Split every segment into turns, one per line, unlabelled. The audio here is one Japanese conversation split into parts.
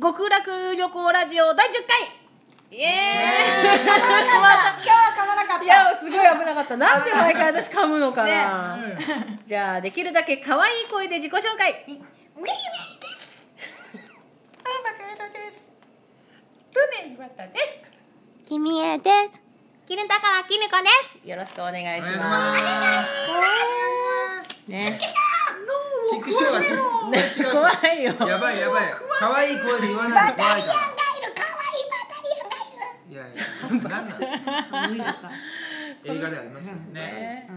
極楽旅行ラジオ第10回イエー
今
イ、
日は噛まなかった
いやすごい危なかったなんで毎回私噛むのかな、
ね
じゃあできるだけ可愛い声で自己紹介
ウィーウィーですあマカエロですルネイワタです
きみえです。
キルタカワキミコですよろしくお願いします
お願いします
ね
チクショーはチク
怖いよ
やばいやばい。可愛い声で言わないと怖いから。
ガイル可愛いバタリアンガイ
いやいや。何なんですか
無理だった
映画でありましたね。
ね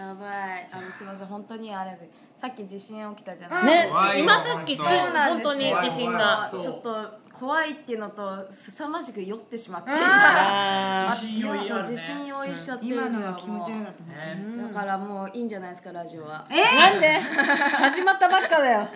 やばいあのすみません本当にあれですさっき地震起きたじゃない
ね
怖いよ
今さっき
本当そう
なん
本
ですよ
当に自信
怖い
が
そう
ちょっと怖いっていうのと凄まじく酔ってしまってい
あ
自信酔い
そ
あ
う
るね
自信酔いしちゃってるん
今
です
の
よ
は気持ちよかった。
ね
もうだからもういいんじゃないですかラジオは
ーなんで始まったばっかだよ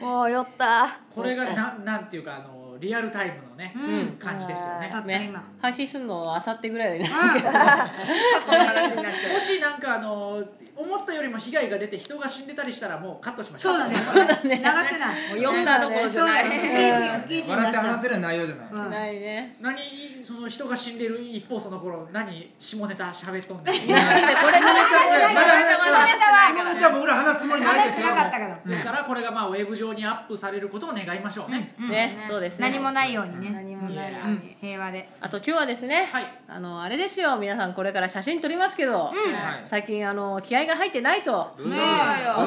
もう酔った
これがななんていうかあのリアルタイムのね、感じですよね
たった
ね
今。
配信するのあさってぐらいだよね
過去の話になっちゃう
もしなんかあの思ったよりも被害が出て人が死んでたりしたらもうカットしまし
そ
ょ
ううだね。流せない。もう
読んだどころじゃない
不謹慎不謹慎になって
笑っ
ちゃ
話
う。
せる内容じゃない。
うん
ないね
何その人が死んでる一方その頃何下ネタ喋っと んねん
これ
まだ話
まだ話
下ネタ僕ら話すつもりない
話
で
し
す
て
よ。
なかったから。
ですからこれがまあウェブ上にアップされることを願いましょうね、
ねそうですね
何もないようにね。
何もないよう
う
に、
ん平和で。
あと今日はですね、
はい
あのあれですよ皆さんこれから写真撮りますけど、
はい
最近あの気合が入ってないと
どういう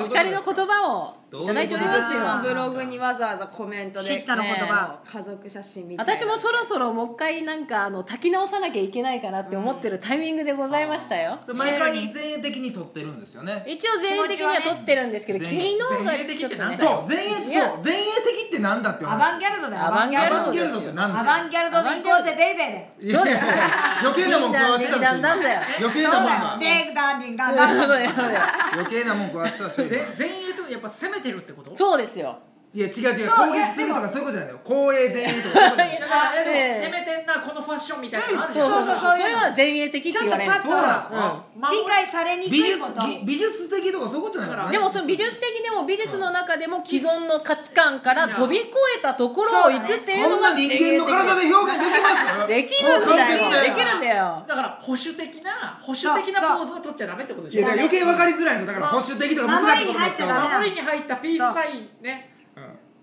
お叱りの言葉をいただいておりますよ
あーブログにわざわざコメントで
知ったの言葉
家族写真みたいな
私もそろそろもう一回なんかあの炊き直さなきゃいけないかなって思ってるタイミングでございましたよ、
それ毎回前衛的に撮ってるんですよね。
一応全員的には撮ってるんですけど、
気持
昨
ちは
日が
ね
前衛的
ちょ
っ
ってと
なん
ね
だよ
そう前衛
い
そ
や
う前衛的ってなんだって
ア
話。
バンギャルドだよ。
アバンギ
ア
ャ
バンギャル
ルドです
ドって
よ
なんだ
ア
よ。
バンギャルドに行こうぜベイベーで。
いやいや余計なもん加わってたでしょ
だんだんだんだんだよ
今余計なもんが
デークダンディンダン
なる
ダ
ほ
ン。
どねなるほどね
余計なもん加わってたでしょ今
ぜ前衛とやっぱ攻めてるってこと
そうですよ
いや違う違う
そう
攻撃するとかそういうことじゃないよ光栄前衛とかそういうことじ ゃない
だからでも
ええ
攻めてんなこのファッションみたいなのあるじ
そ
ゃ
うんそうそう
そうそうそう
それは前衛的って言われるんで
そ
す
うなんですか、
守
理解されにく
美
い
術
こと。
ぎ美術的とかそういうことなのかな
でもその美術的でも美術の中でも既存の価値観から飛び越えたところを行くっていう
そ
の
ん
が
な人間の体で表現できます
できるん
もう完
だ
璧
よできるんだよ
だから保守的な保守的なポーズを取っちゃダメってことで
い
しょ
やだから余計分かりづらいんですよだから保守的とか難しいことになっちゃうから
守
守りに入ったピースサインね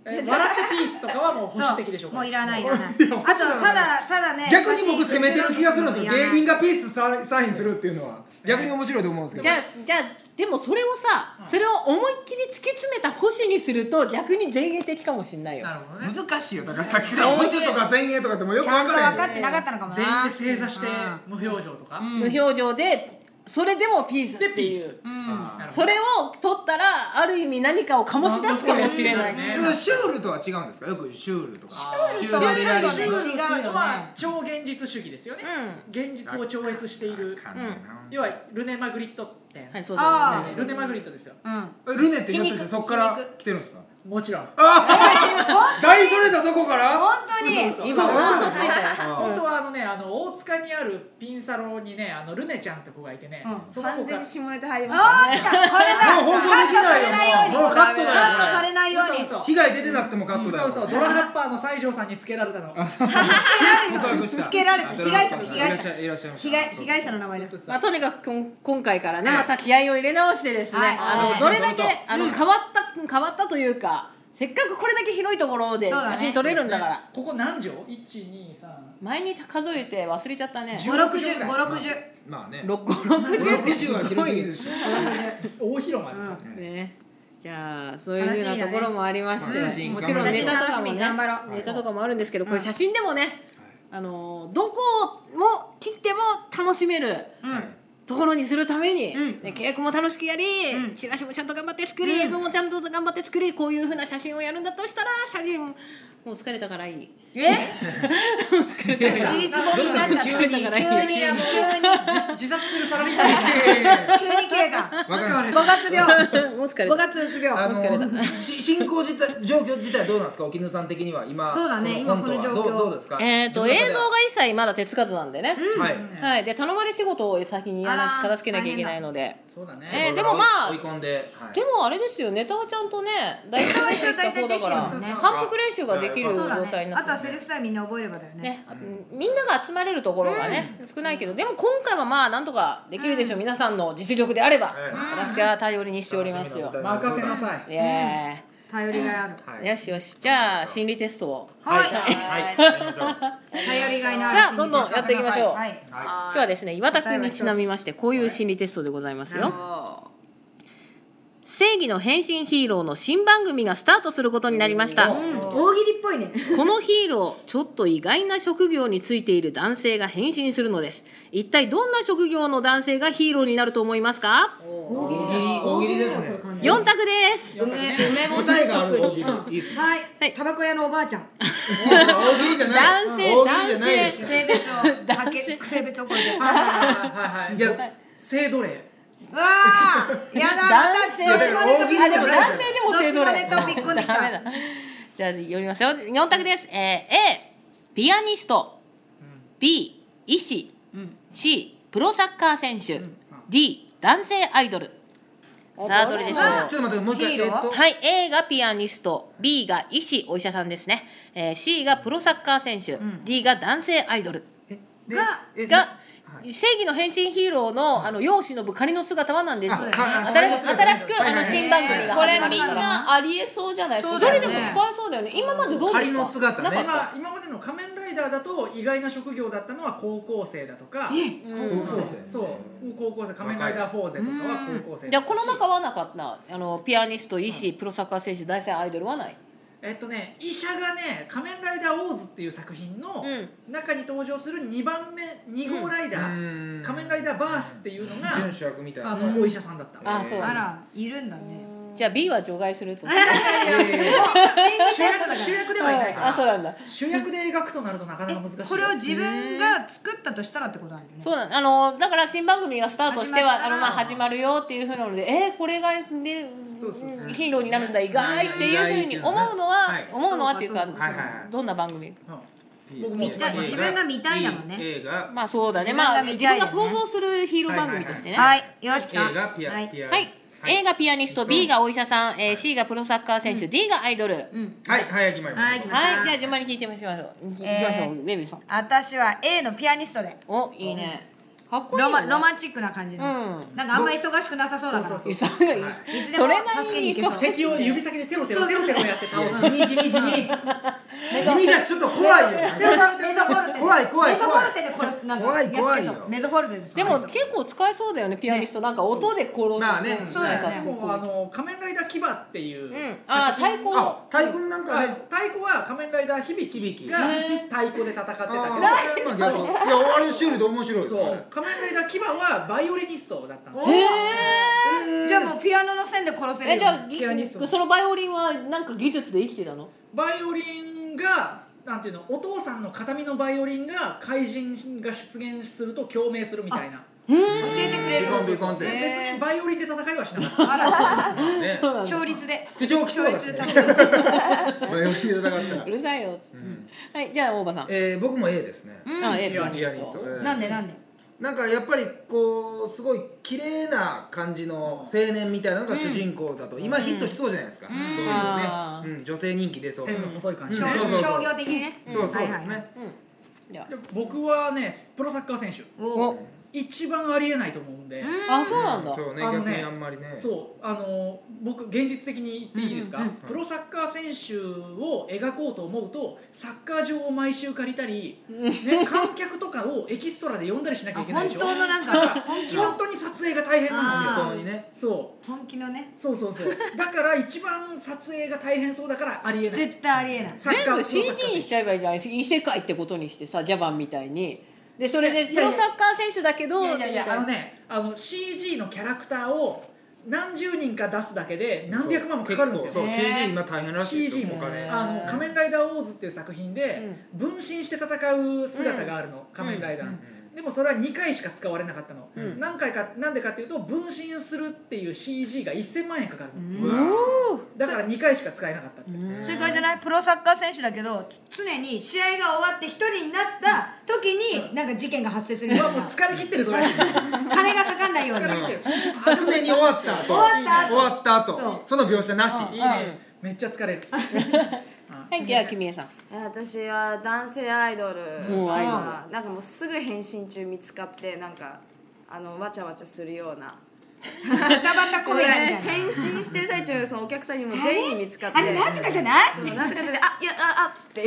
え笑ってピースとかはもう保守的でしょ
もういらないい
よ
らない。あ
いや
とただただね。
逆に僕攻めてる気がするんですよ芸人
が。
がピースササインするっていうのは逆に面白いと思うんですけど
じゃあじゃあでもそれをさそれを思いっきり突き詰めた星にすると逆に前衛的かもしんないよ
なるほどね
難しいよだからさっきさ保守とか前衛とかってもうよく
ち
分
ゃんと
から
分か
ない
ってなかったのかもな。
全員で正座して無表情とか
無表情でそれでもピースって
で
い
ピ
う
ースなるほ
それを取ったらある意味何かを醸し出すかもしれない
ね
シュールとは違うんですかよくシュールとかシュ
とは
リラリ
シュールとは違うよね
どまあ超現実主義ですよね現実を超越している
わかんないな
要はルネマグリットって
はいそうだね
ルネマグリットですよ
うん。
ルネってひょっとしてそっから来てるんですか
もちろん
大それたとこから
本当に。
そうそう
今
そう
放送ついたよ
本当はあのねあの大塚にあるピンサロにねあのルネちゃんって子がいてねその子
完全
が
に下ネタ入りました
ああ来たこれだ。
もう放送できないよもうもうカ
カッ
ット
ト
だ
さ
よ
れないように。
嘘嘘
被害出てなくてもカットだ
そ
よ
うそうドラハッパーの西条さんにつけられたの
つ
つけられた被害者と被害者
いらっしゃいました
被害被害者の名前です。
まあ、とにかくこん今回からね、また気合を入れ直してですね、
はい
あ
は
の
い
どれだけ、
本
あの変わった、変わったというかせっかくこれだけ広いところで
そうだね
写真撮れるんだから
ここ何畳一二三
前に数えて忘れちゃったね
五六十五六十。
まあね
6 6 0ってす
60は
ご
広すぎ
い
るでしょ
大広間ですよ
ねじゃあそういうふうなところもありまして、
楽しみだね
もちろんネタとかもね
楽しみ頑張ろう
ネタとかもあるんですけど、これ写真でもね、あのどこを切っても楽しめる、ところにするために、ね、稽古も楽しくやり、チラシもちゃんと頑張って作り、映像もちゃんと頑張って作りこういうふうな写真をやるんだとしたら写真もう疲れたから いい
え？私立ボミになっちゃった。
急に
だからいい
急に急に
自殺するサラリーマン
急に切れた。
わかりま
五月病。
もう疲れ
五
た
月うつ病。
あのし進行自体状況自体はどうなんですか沖野さん的には今
そうだね
このコントは
今この状況
どうどうですか
えー、と映像が一切まだ手つかずなんでね、
はい
はい、で頼まれ仕事を先にやら
あら
片付けなきゃいけないので
そうだね
えー
こ
で
れ
もまあ
追い込んで、はい
でもあれですよネタはちゃんとね 大体できた方だから
そうそうそう
反復練習ができる
そう
状
だ
態に
ね
な
あ
って
とは
ます
セリフさえみんな覚えればだよね
ね、あとみんなが集まれるところがね、少ないけどでも今回はまあなんとかできるでしょう、皆さんの実力であれば、
うん
私は頼りにしておりますよ、
楽しみな歌
任せなさい
イエ
頼りがいある
ー
は
イ、
い
よしよしじゃあ心理テストを
はい
はい、やりましょう。
頼りがいのある
さあどんどんやっていきましょう、
はい
今日はですね岩田君にちなみましてこういう心理テストでございます
なる
よ
ほ
正義の変身ヒーローの新番組がスタートすることになりました、
ど大喜利っぽいね
このヒーローちょっと意外な職業についている男性が変身するのです一体どんな職業の男性がヒーローになると思いますか
大喜利
大喜利、大喜利ですね。
四択です
やっぱりね
梅干
答えがある大喜利。いいっすね。
は
はいい
タバコ屋のおばあちゃん
大喜利じゃない。
男性
大喜利じゃないですよ。
性別をだけ性別を超えてわ
はいはいはい。じゃあ性奴隷。
あやだ
男性
私年までと
いやでも男
性でも性奴隷
年までとびっこんできた
ダメだじゃあ読みますよ四択です、えー A ピアニスト B 医師 C プロサッカー選手 D 男性アイドルさあどれでしょう
あ
ちょっと待って、もう一回、
ヒーロー
と。
はい、A がピアニスト B が医師お医者さんですね、えー C がプロサッカー選手、D が男性アイドル
で
が
え
が、
は
正義の変身ヒーローのあの世を忍ぶ仮の姿はなんです
あ
新
か
し新しく
は
あ
い
の
はい
新番組が
こ
始まるか
れ
ら
みんな
ね
あ
ありえそうじゃないです
か
どれ
だ
で
よ
も
ね
使えそうだよね今までどうでした
仮の姿
な
ね
かっ
今今までの仮面ライダーだと意外な職業だったのは高校生だとか、
たうん
そうですね
そう高校生仮面ライダーフォーゼとかは高校生。
じゃあこの中はなかったあのピアニスト医師プロサッカー選手男性アイドルはない
えっとね医者がね仮面ライダーオーズっていう作品の
う
中に登場する二番目二号ライダー、
うん
仮面ライダーバースっていうのが、
準主役みたいな。
あのお医者さんだった。
あそう
あらいるんだね
じゃあ B は除外すると思う
主役主役ではいないから。
あそうなんだ
主役で描くとなるとなかなか難しいよ。
これを自分が作ったとしたらってことなんだよね
そうなんあのだから新番組がスタートして
始まった
は
ら
あの、まあ、始まるよっていうふうなのでえー、これが、ね、
そうそうそう
ヒーローになるんだ意外っていうふうに思うのは、
はい
思うのはっていうか
そうかそう
かはいはい
どんな番組
うん
僕も
見たい自分が見たいだもんね
A が、
まあそうだね
自分
まあ
が見
自
た
分
い
が
よね
想像するヒーロー番組としてね。
はいよしき
A
た
がピ
は
ア、
い
ピア。
はい、A がピアニスト B がお医者さん、えー
はい
C がプロサッカー選手、D がアイドル、
はい、はい、決まりま
はい
し
決
た
ま。
はいじゃあ順番に聞いてみましょう、行きましょうウェビーさん
私は A のピアニストで
おいいねかっこいい
ロ
よ、ね、
マロマンチックな感じの
う
なんかあんま忙しくなさそうだから
いつでも
いつでも
それなりに
助けに行けそう
敵を指先でテロテロテロテロやって倒す。
地味、地味、地味。地味だし、ちょっと怖いよ。
メゾフォルテ
怖い怖い怖い
メゾフォルテでこれなんか
怖い怖い
やっつ
よ
けそうメゾフォルテです
でも結構使えそうだよねピアニストなんか音で転んで、
まあね
そうだよね
なんか
もうあの仮面ライダー牙っていう、
うんあー太鼓
あ、太鼓なんか
あ
ね。
太鼓は仮面ライダー響きが太鼓で戦ってたけど、
あーまあ逆にいや、あれシュールで面白いですよ
そ
あ
う仮面ライダー牙はバイオリニストだったんですよ。
え
れ。
じゃあもうピアノの線で殺せ
ー、え
る
じ
よ
ゃあぎそのバイオリンはなんか技術で生きてたの
バイオリンがなんていうのお父さんの形見のバイオリンが怪人が出現すると共鳴するみたいな
教えてくれる
ビコンビコンっ
で
て。
別にバイオリンで戦いはしなかった
あら
ね。
調律で
苦情来そ
調
うだ
律
し
で
ね
多分
バイオリンで戦ったら
う。るさいよ、
うん
はいじゃあ大場さん、
えー僕も A ですね。
あ A
ピアニ
ピ
ピ
ア
ア
ニ
ニ
ス
ス
ト
ト。
なんでなんで
なんかやっぱりこうすごい綺麗な感じの青年みたいなのが主人公だと、今ヒットしそうじゃないですか、そういう
あ
ね、うん、女性人気出そうな
線の細い感
うん
じ
商
で
そうそうそう
商業的にね
そうそうです
はいは
ね
い
じゃあ
僕はねプロサッカー選手
お
お
一番ありえないと思うんで
あそうなんだ、
そうね
あのね
逆にあんまりね
そうあの僕現実的に言っていいですか、
うんうんうん
プロサッカー選手を描こうと思うとサッカー場を毎週借りたり、ね、観客とかをエキストラで呼んだりしなきゃいけない
本
でしょ
当のなん
だか
から
本当に撮影が大変なん
あ
で
本当にね
すよそう
本気のね
そうそうそうだから一番撮影が大変そうだからありえない
絶対ありえない
サッカ
全
ー
部
を
CG にしちゃえばいいじゃない異世界ってことにしてさジャパンみたいにでそれで
い
プ
やいや
ロサッカー選手だけど
いやいやい
み
や
た
あ
い
の
な
ねあの CG のキャラクターを何十人か出すだけで何百万もかかるんです
そう
よ
そう CG 今大変らしいですよ
CG も
お金
あの「仮面ライダーオーズ」っていう作品で分身して戦う姿があるの、仮面ライダーの、でもそれは2回しか使われなかったの、
うん
何回かなんでかっていうと分身するっていう CG が1000万円かかるの、
うん
うわ
だから2回しか使えなかったって
うん
それからじゃないプロサッカー選手だけどつ常に試合が終わって一人になった時になんか事件が発生するみ
う
た
わ
い
もう
な
疲れ切ってるそれ疲
金がかかんないように
れ切ってる
ー常に終わった後
終わった後
終わった後
そう
その描写なし
いいねめっちゃ疲れるあ
はいでは君江さん
私は男性アイドル
もうアイドル
あーなんかもうすぐ変身中見つかってなんかあのわちゃわちゃするような
バタバタ
こ
公
れ
演みたいな
変身してる最中そのお客さんにも全員見つかって
あれなんとかじゃない
そうなんとかじゃないあいやああっつって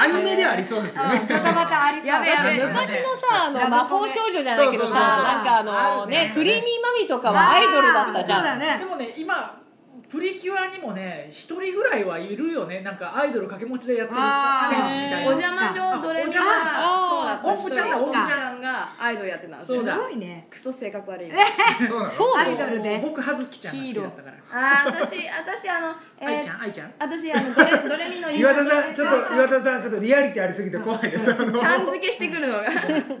アニメではありそうですよね
バタバタありそう
やべやべ
昔のさあの魔法少女じゃないけどさ
そうそうそうそう
なんかあのねクリーミーマミーとかはアイドルだったじゃん
そうだね
でもね今プリキュアにもね一人ぐらいはいるよねなんかアイドル掛け持ちでやってる
あ
選
ー
手みた い
お
な
邪魔状ドレミが
あ
そうだった
おんぶちゃんだおんぶちゃ
お
ん
んぶがアイドルやってたんです
そう
す
だ
ごいね
クソ性格悪い
そうなの
そう
アイドルで
僕葉月ちゃんが好きだったから
あー私私あの
愛
え
ち
ー
ゃん愛ちゃん
私あのドレドレミの
岩田さんちょっと岩田さんちょっとリアリティありすぎて怖いですあの
ちゃん付けしてくるのが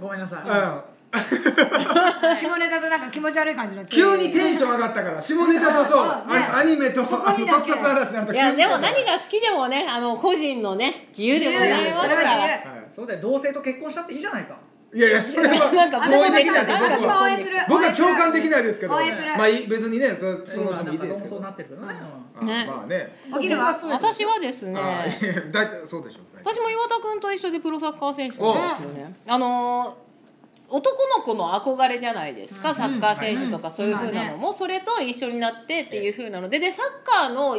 ごめんなさい、
うん
下ネタとなんか気持ち悪い感じの
急にテンション上がったから下ネタとそうあ
ね
のアニメとあ
そ
の
こに
特
だけ
撮話になると
い
急に
やでも何が好きでもねあの個人のね自由でございますか
それは
ら
自
は
そうだよ同性と結婚したっていいじゃないか
いいやいやそれは
なんか
合意できないですよ
なんか
僕
私も応
は
援する
僕は共感できないですけど
応援する
まあいい別にねそその人もいいで
今な
す
んか
け
論争
ど
になってるけどね、うん
あ
ね
まあね
起きるわ
私はです
あ
ね
いや だそうでしょう
私も岩田君と一緒でプロサッカー選手なんですよね。あのー男の子の憧れじゃないですか、サッカー選手とかそういう風なのも、それと一緒になってっていう風なのででサッカーの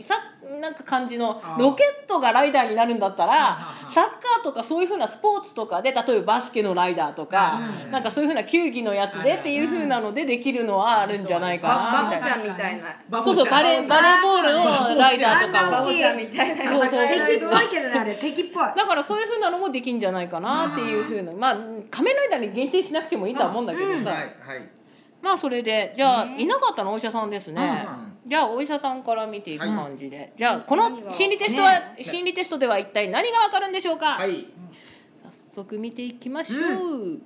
さなんか感じの
あー
ロケットがライダーになるんだったら
あー
サッカーとかそういう風なスポーツとかで例えばバスケのライダーとか
うん
なんかそういう風な球技のやつでっていう風なのでできるのはあるんじゃないかな
バ
みた
ボ
い
ち
な。
ゃんみたいな
バ
そうそうバレーバレーボールのライダーと
あんな
か
バ
を
ボちゃんみたいな
そうそうそう
敵っぽいけどねあれ敵っぽい
だからそういうふうなのもできんじゃないかなっていうふうな、まあ仮面ライダーに限定しなくてもいいとは思うんだけどさ、
はいはい
まあそれでじゃあいなかったのお医者さんですね、じゃあお医者さんから見ていく感じで、じゃあこの心理テストは、心理テストでは一体何がわかるんでしょうか、
はい
早速見ていきましょう、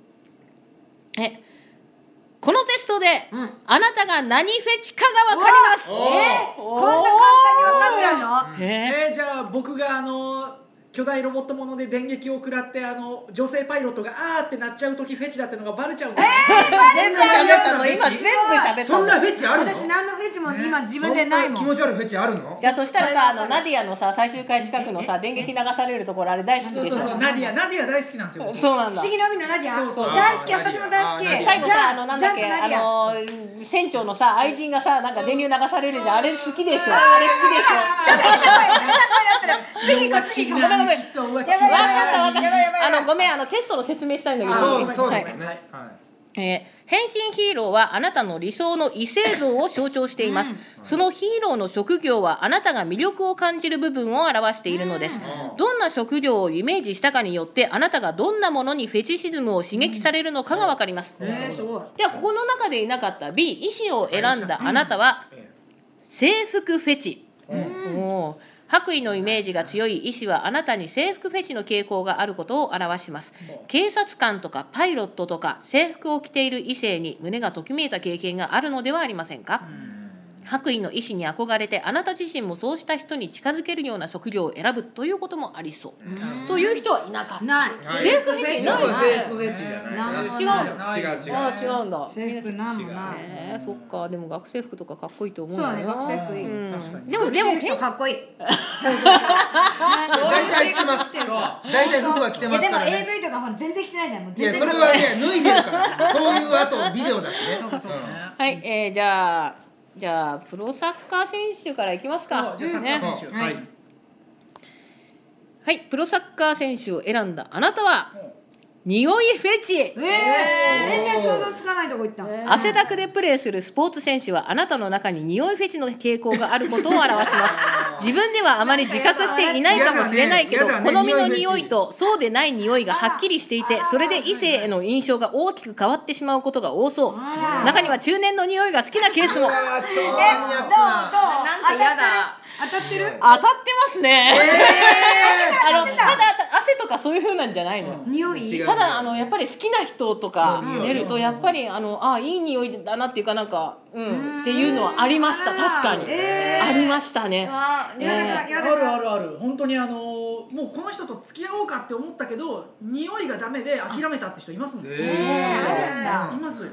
えこのテストで、あなたが何フェチかがわかります
えこんな簡単に分かっちゃうの
ええ
えーじゃあ僕があの巨大ロボットもので電撃を食らってあの女性パイロットがあーってなっちゃう時フェチだってのがバレちゃうんだよね、
全部喋ったの今全部喋った
そ
の
んなフェチあるの
私何のフェチも今自分でないも
そ
ん
気持ち悪いフェチあるの
じゃあそしたらさあのナディアのさ最終回近くのさ電撃流されるところあれ大好きで
そう
し
そうそう
ょ
ナディアナディア大好きなんですよ僕
そうなん
不
だ
思議な海のナディア
そうそう
大好き
あー
私も大好き
ナディア
最後
じゃ
さ
あ
あのなんだっけ
ジャンプナディ
あの船長のさ愛人がさなんか電流流されるじゃんあれ好きでしょあれ好きでしょ
ちょっとやばいやばいだったら次行こう次行こう
ごめんごめん
人浮気
わかったわかったあのごめんあのテストの説明したいんだけど
そうそう
は
で
い
すよねはい
えー変身ヒーローはあなたの理想の異性像を象徴しています、そのヒーローの職業はあなたが魅力を感じる部分を表しているのです、どんな職業をイメージしたかによってあなたがどんなものにフェチシズムを刺激されるのかがわかります、
えーすごい
ではここの中でいなかった B 医師を選んだあなたは制服フェチ、おー白衣のイメージが強い医師はあなたに制服フェチの傾向があることを表します警察官とかパイロットとか制服を着ている異性に胸がときめいた経験があるのではありませんか、白衣の医師に憧れてあなた自身もそうした人に近づけるような職業を選ぶということもありそう、という人はいなかった
ない
制服フェチない
僕は制服フェチじゃない
違う
違う違う
ああ違うんだ
制服なんもない
えー、そっかでも学生服とかかっこいいと思う
そうね
な
学生服いい
うん
確かに
でもでも
着てる人かっこいい
大体着てます 大体服は着て
い
ま
や
す
で
か
も
らね
AV とかほら全然着てないじゃんもう
いや
全
そ
然
れはね脱いでるからそういう後ビデオだしね
はいえー、じゃあじゃあプロサッカー選手からいきます
そ
か
うじゃあサッカ
ね
ー選手、
はい
はいプロサッカー選手を選んだあなたは匂いフェチ
えー全然想像つかないとこ行った
汗だくでプレーするスポーツ選手はあなたの中に匂いフェチの傾向があることを表します自分ではあまり自覚していないかもしれないけど、
嫌だね
好みの
嫌だね
匂いとそうでない匂いがはっきりしていてそれで異性への印象が大きく変わってしまうことが多そう中には中年の匂いが好きなケースも当たっ
あ超
え
マニアックな
なんか嫌だ
当たってる
てますね、あのただ汗ととかそういう風なんじゃないの、
うん
匂
違
いう
ただあのやっぱり好きな人とか
うん
出ると
うん
やっぱりあのあいい匂いだなっていうかなんかうんっていうのはありました
あら
確かに
えー
ありましたね
わーやだな
ね
や
あ
だ
る
な
あるある本当にあのーもうこの人と付き合おうかって思ったけど匂いがダメで諦めたって人いますもん、
え
いますよ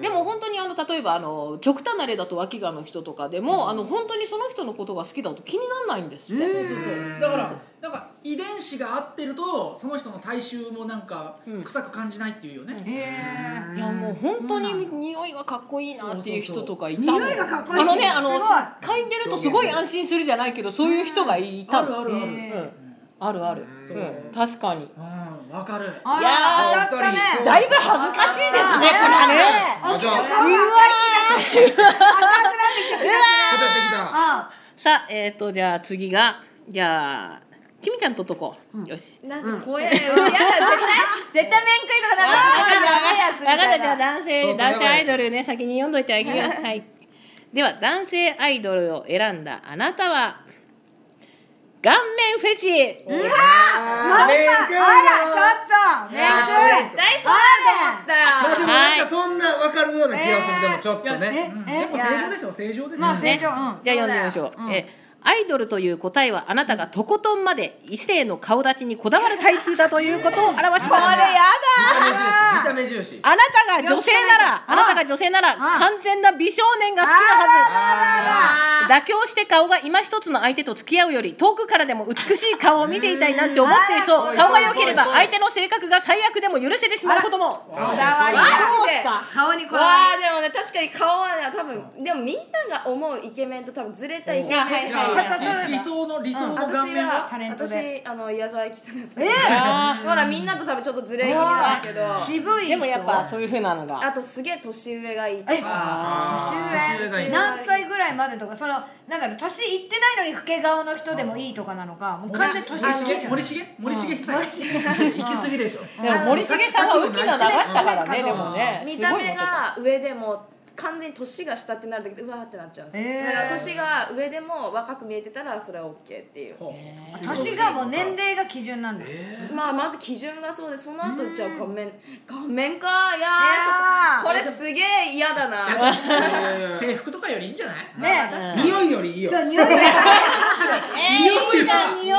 でも本当にあの例えばあの極端な例だと脇がの人とかでもあの本当にその人のことが好きだと気にならないんですって
そうそうだからなんか遺伝子が合ってるとその人の体臭もなんか
うん
臭く感じないっていうよね、
へ
いやもう本当に匂いがかっこいいなっていう人とかいたもん
匂いがかっこいい
あのねあの
すごい
嗅いでるとすごい安心するじゃないけどそういう人がいた
あ
もん
るあるある、うん
え
うんあるある
そう
うん確かに
わかる
あ
いや
ら当たったね
本当に
だいぶ恥ずかしいですねこれね
あじゃあ
うわ
下ってきた
あ
さあえっ、ー、とじゃあ次がじゃあきみちゃんとっとこう、よし
なんか怖えよ。やだ、絶対、絶対面食いとかなんか、やばいやつみ
分かったた
い
じゃあ
な。
男
そう
性
だよ
男性アイドルね先に読んどいてあげようはいでは男性アイドルを選んだあなたは顔面フェチ
違う
あらちょっと
いや
め
絶対そうだと思ったよ。
でもなんかそんな分かるような気がする、でもちょっと
え
ね
うん
え
でも正常ですよ正常ですよ、
まあ正常うん
じゃあ読んでみましょう
そうだようん
えアイドルという答えはあなたがとことんまで異性の顔立ちにこだわるタイプだということを表します
見た目重視見た目重視
あなたが女性なら
あ
あなたが女性なら
あ
完全な美少年が好きなはず妥協して顔が今一つの相手と付き合うより遠くからでも美しい顔を見ていたいなんて思ってい
あ
そ
ー
う顔が良ければ相手の性格が最悪でも許せてしまうことも
こだわり
わ
が
マジで
顔にこだわ
わあでもね確かに顔はね多分でもみんなが思うイケメンと多分ずれたイケメンが
はい
じ
はい
ゃあ理想の理想の顔
私
面は
は
タレントで
私あの矢沢永吉さんが好きほらみんなと多分ちょっとずれ気味なんですけど
り渋い人
でもやっぱそういう風なのが
あとすげえ年上がいいとか
あ
年
ー年上
上
がいい
何歳ぐらいまでとかそのなんだろう年いってないのに老け顔の人でもいいとかなのかもう完全に年
森
上じ
重
ゃん
森重森重夫妻
行き過ぎでしょ
でも森重さんはウキナ流したからね
うん
でもね
見
すごい
た
モテ
目
た
が上でも完全に年が下ってなるだけでうわーってなっちゃうんですよ、
へー
だから年が上でも若く見えてたらそれは OK っていう、
年がもう年齢が基準なんだよ
まあまず基準がそうでその後じゃあ顔面顔面かいやー
い
ちょっとこれすげえ嫌だな
制服とかよりいいんじゃない
ね
匂いよりいいよ
そう匂いが
匂いが
匂いいいじゃん
匂い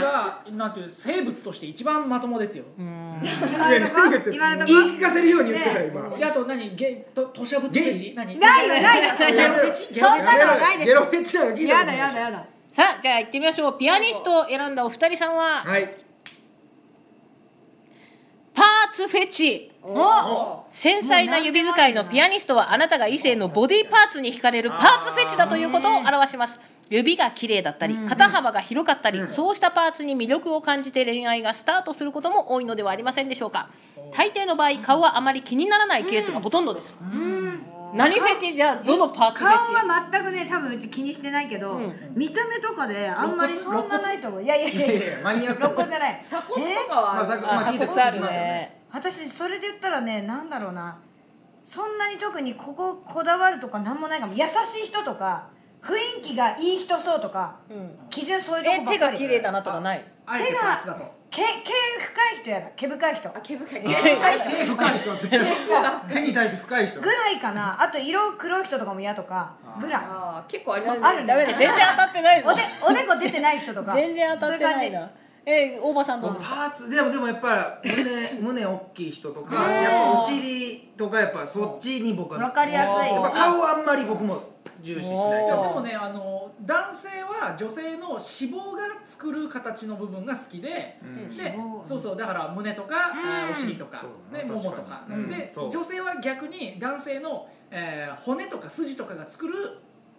がなんていう生物として一番まともですよ
今のとこ今のとこ
言い聞かせるように言ってた今
であと何ゲと吐しゃ物フェチ何
ないよないよそんなのそんなのはないでし
ゲ
ょ
ロヘチなんか聞いた
や
こ
だ
とない
やだやだ
さあじゃあ行ってみましょうピアニストを選んだお二人さんは
はい
パーツフェチ
お
繊細な指使いのピアニストはあなたが異性のボディパーツに惹かれるパーツフェチだということを表します指が綺麗だったり肩幅が広かったりそうしたパーツに魅力を感じて恋愛がスタートすることも多いのではありませんでしょうか大抵の場合顔はあまり気にならないケースがほとんどです何フェチじゃあどのパーツフェ
顔
チ
は全くね多分うち気にしてないけど、見た目とかであんまりそんなないと思ういやいやいやい
いや
や
マニアック
肋骨じゃない
鎖骨とか
ま
は
あさっきまあ
あ
聞
鎖
いた
骨あるね
私それで言ったらねなんだろうなそんなに特にこここだわるとかなんもないかも優しい人とか雰囲気がいい人そうとか、基準そういうとこば
え
っか
手
り
が綺麗だなとかない
あえ
手
てパーツだ
が
と
毛毛深い人やだ毛深い人
あ毛深い毛深い
手深い人って手に対して深い人
ぐらいかなあと色黒い人とかも嫌とかぐらい
あー結構あります
あるね
ダメだ全然当たってないぞ
おでおでこ出てない人とか
全然当たってない
そういう感
なえ大場さんど
パ
うですか
ーツでもでもやっぱ胸胸大きい人とかやっぱお尻とかやっぱそっちに僕は
わかりやすい
やっぱ顔はあんまり僕も重視しない
で
かも
もねあの男性は女性の脂肪が作る形の部分が好きで、でそうそうだから胸とか、えーお尻とか
そうだ
で
な
ももと
確
か
か、にうん
で
そう
女性は逆に男性の、えー骨とか筋とかが作る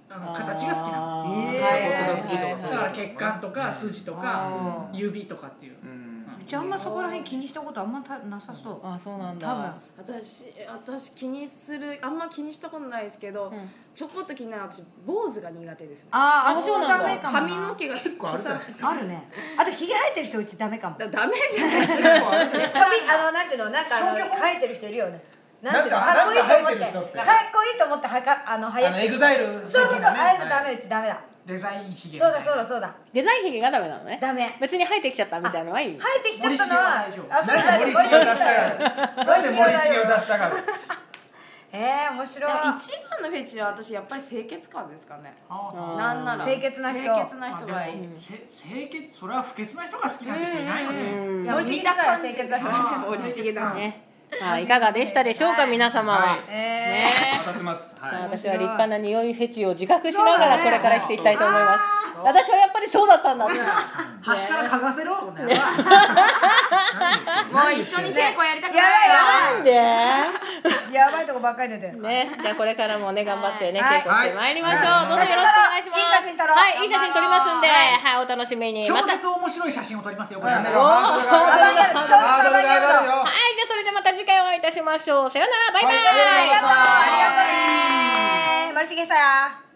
あの形が好きなの
あー
えー
はいはいはい
だか
はい
ら血管とか筋とか指とかっていう、
うん
じうちあんまそこら辺気にしたことあんまたなさそう
あそうなん
多分
だ
私私気にするあんま気にしたことないですけど、
ん
ちょこっと気になる私坊主が苦手ですね
あー
あ
あ
そうなんだ
ダメかもな
髪の毛が結
構あるじゃないです
あるねあとひげ生えてる人うちダメかも
ダメじゃないですか
あのなんていうのなんかあの生えてる人いるよねなんていうの
なんか
かっこいいと思って
なんか生えてる人って
かっこいいと思ってはかあの生
あ
や
の
し
エグザイル
そうそうそうああいうのダメうちダメだ
デザインひげみた
そ
いうな
だそうだそうだ
デザインひげがダメなのね
ダメ
別に生えてきちゃったみたいなのはいい
生えてきちゃったのは
森重は大丈夫
あそう
なんで森重を出したがるなんで森重を出したがる
えー、面
で
白
も
い
一番のフェチは私やっぱり清潔感ですかね
あ
ー
なんなら
清潔な人
清潔な
あ
人がいい
まあでもせ清潔それは不潔な人が好きなんて人いないよね
うん
いや
森重さんは
清潔だし
あー
森重さん
ねはいいかがでしたでしょうか皆様は、
はい
え
ね
当たってます
まあ
はい
私は立派な匂いフェチを自覚しながらこれから生きていきたいと思います、
そうだね
私はやっぱりそうだったんだって
端から嗅がせろとね
もう一緒に稽古やりたく
や
なん
ばい
ないよ
で
ー、やばいとこばっかり出てる
ね、じゃあこれからもね頑張ってね
はい
稽古してまいりましょう、
はい
どうぞよろしくお願いします
写真撮ろう
はいい
い
い
い
写
写
真撮
真撮
り
ろう
ますんで、
頑
はい、お楽しみに
超
またはいじゃ
絶面白い写真を撮りますよこれ
やめろ
おー
ハードルがハードルが上がるよ
アバンギャルちょうど
あそれじゃまた次回お会いいたしましょうさようならバイバイ、
はいありがとうございました
ありがとうね森重さん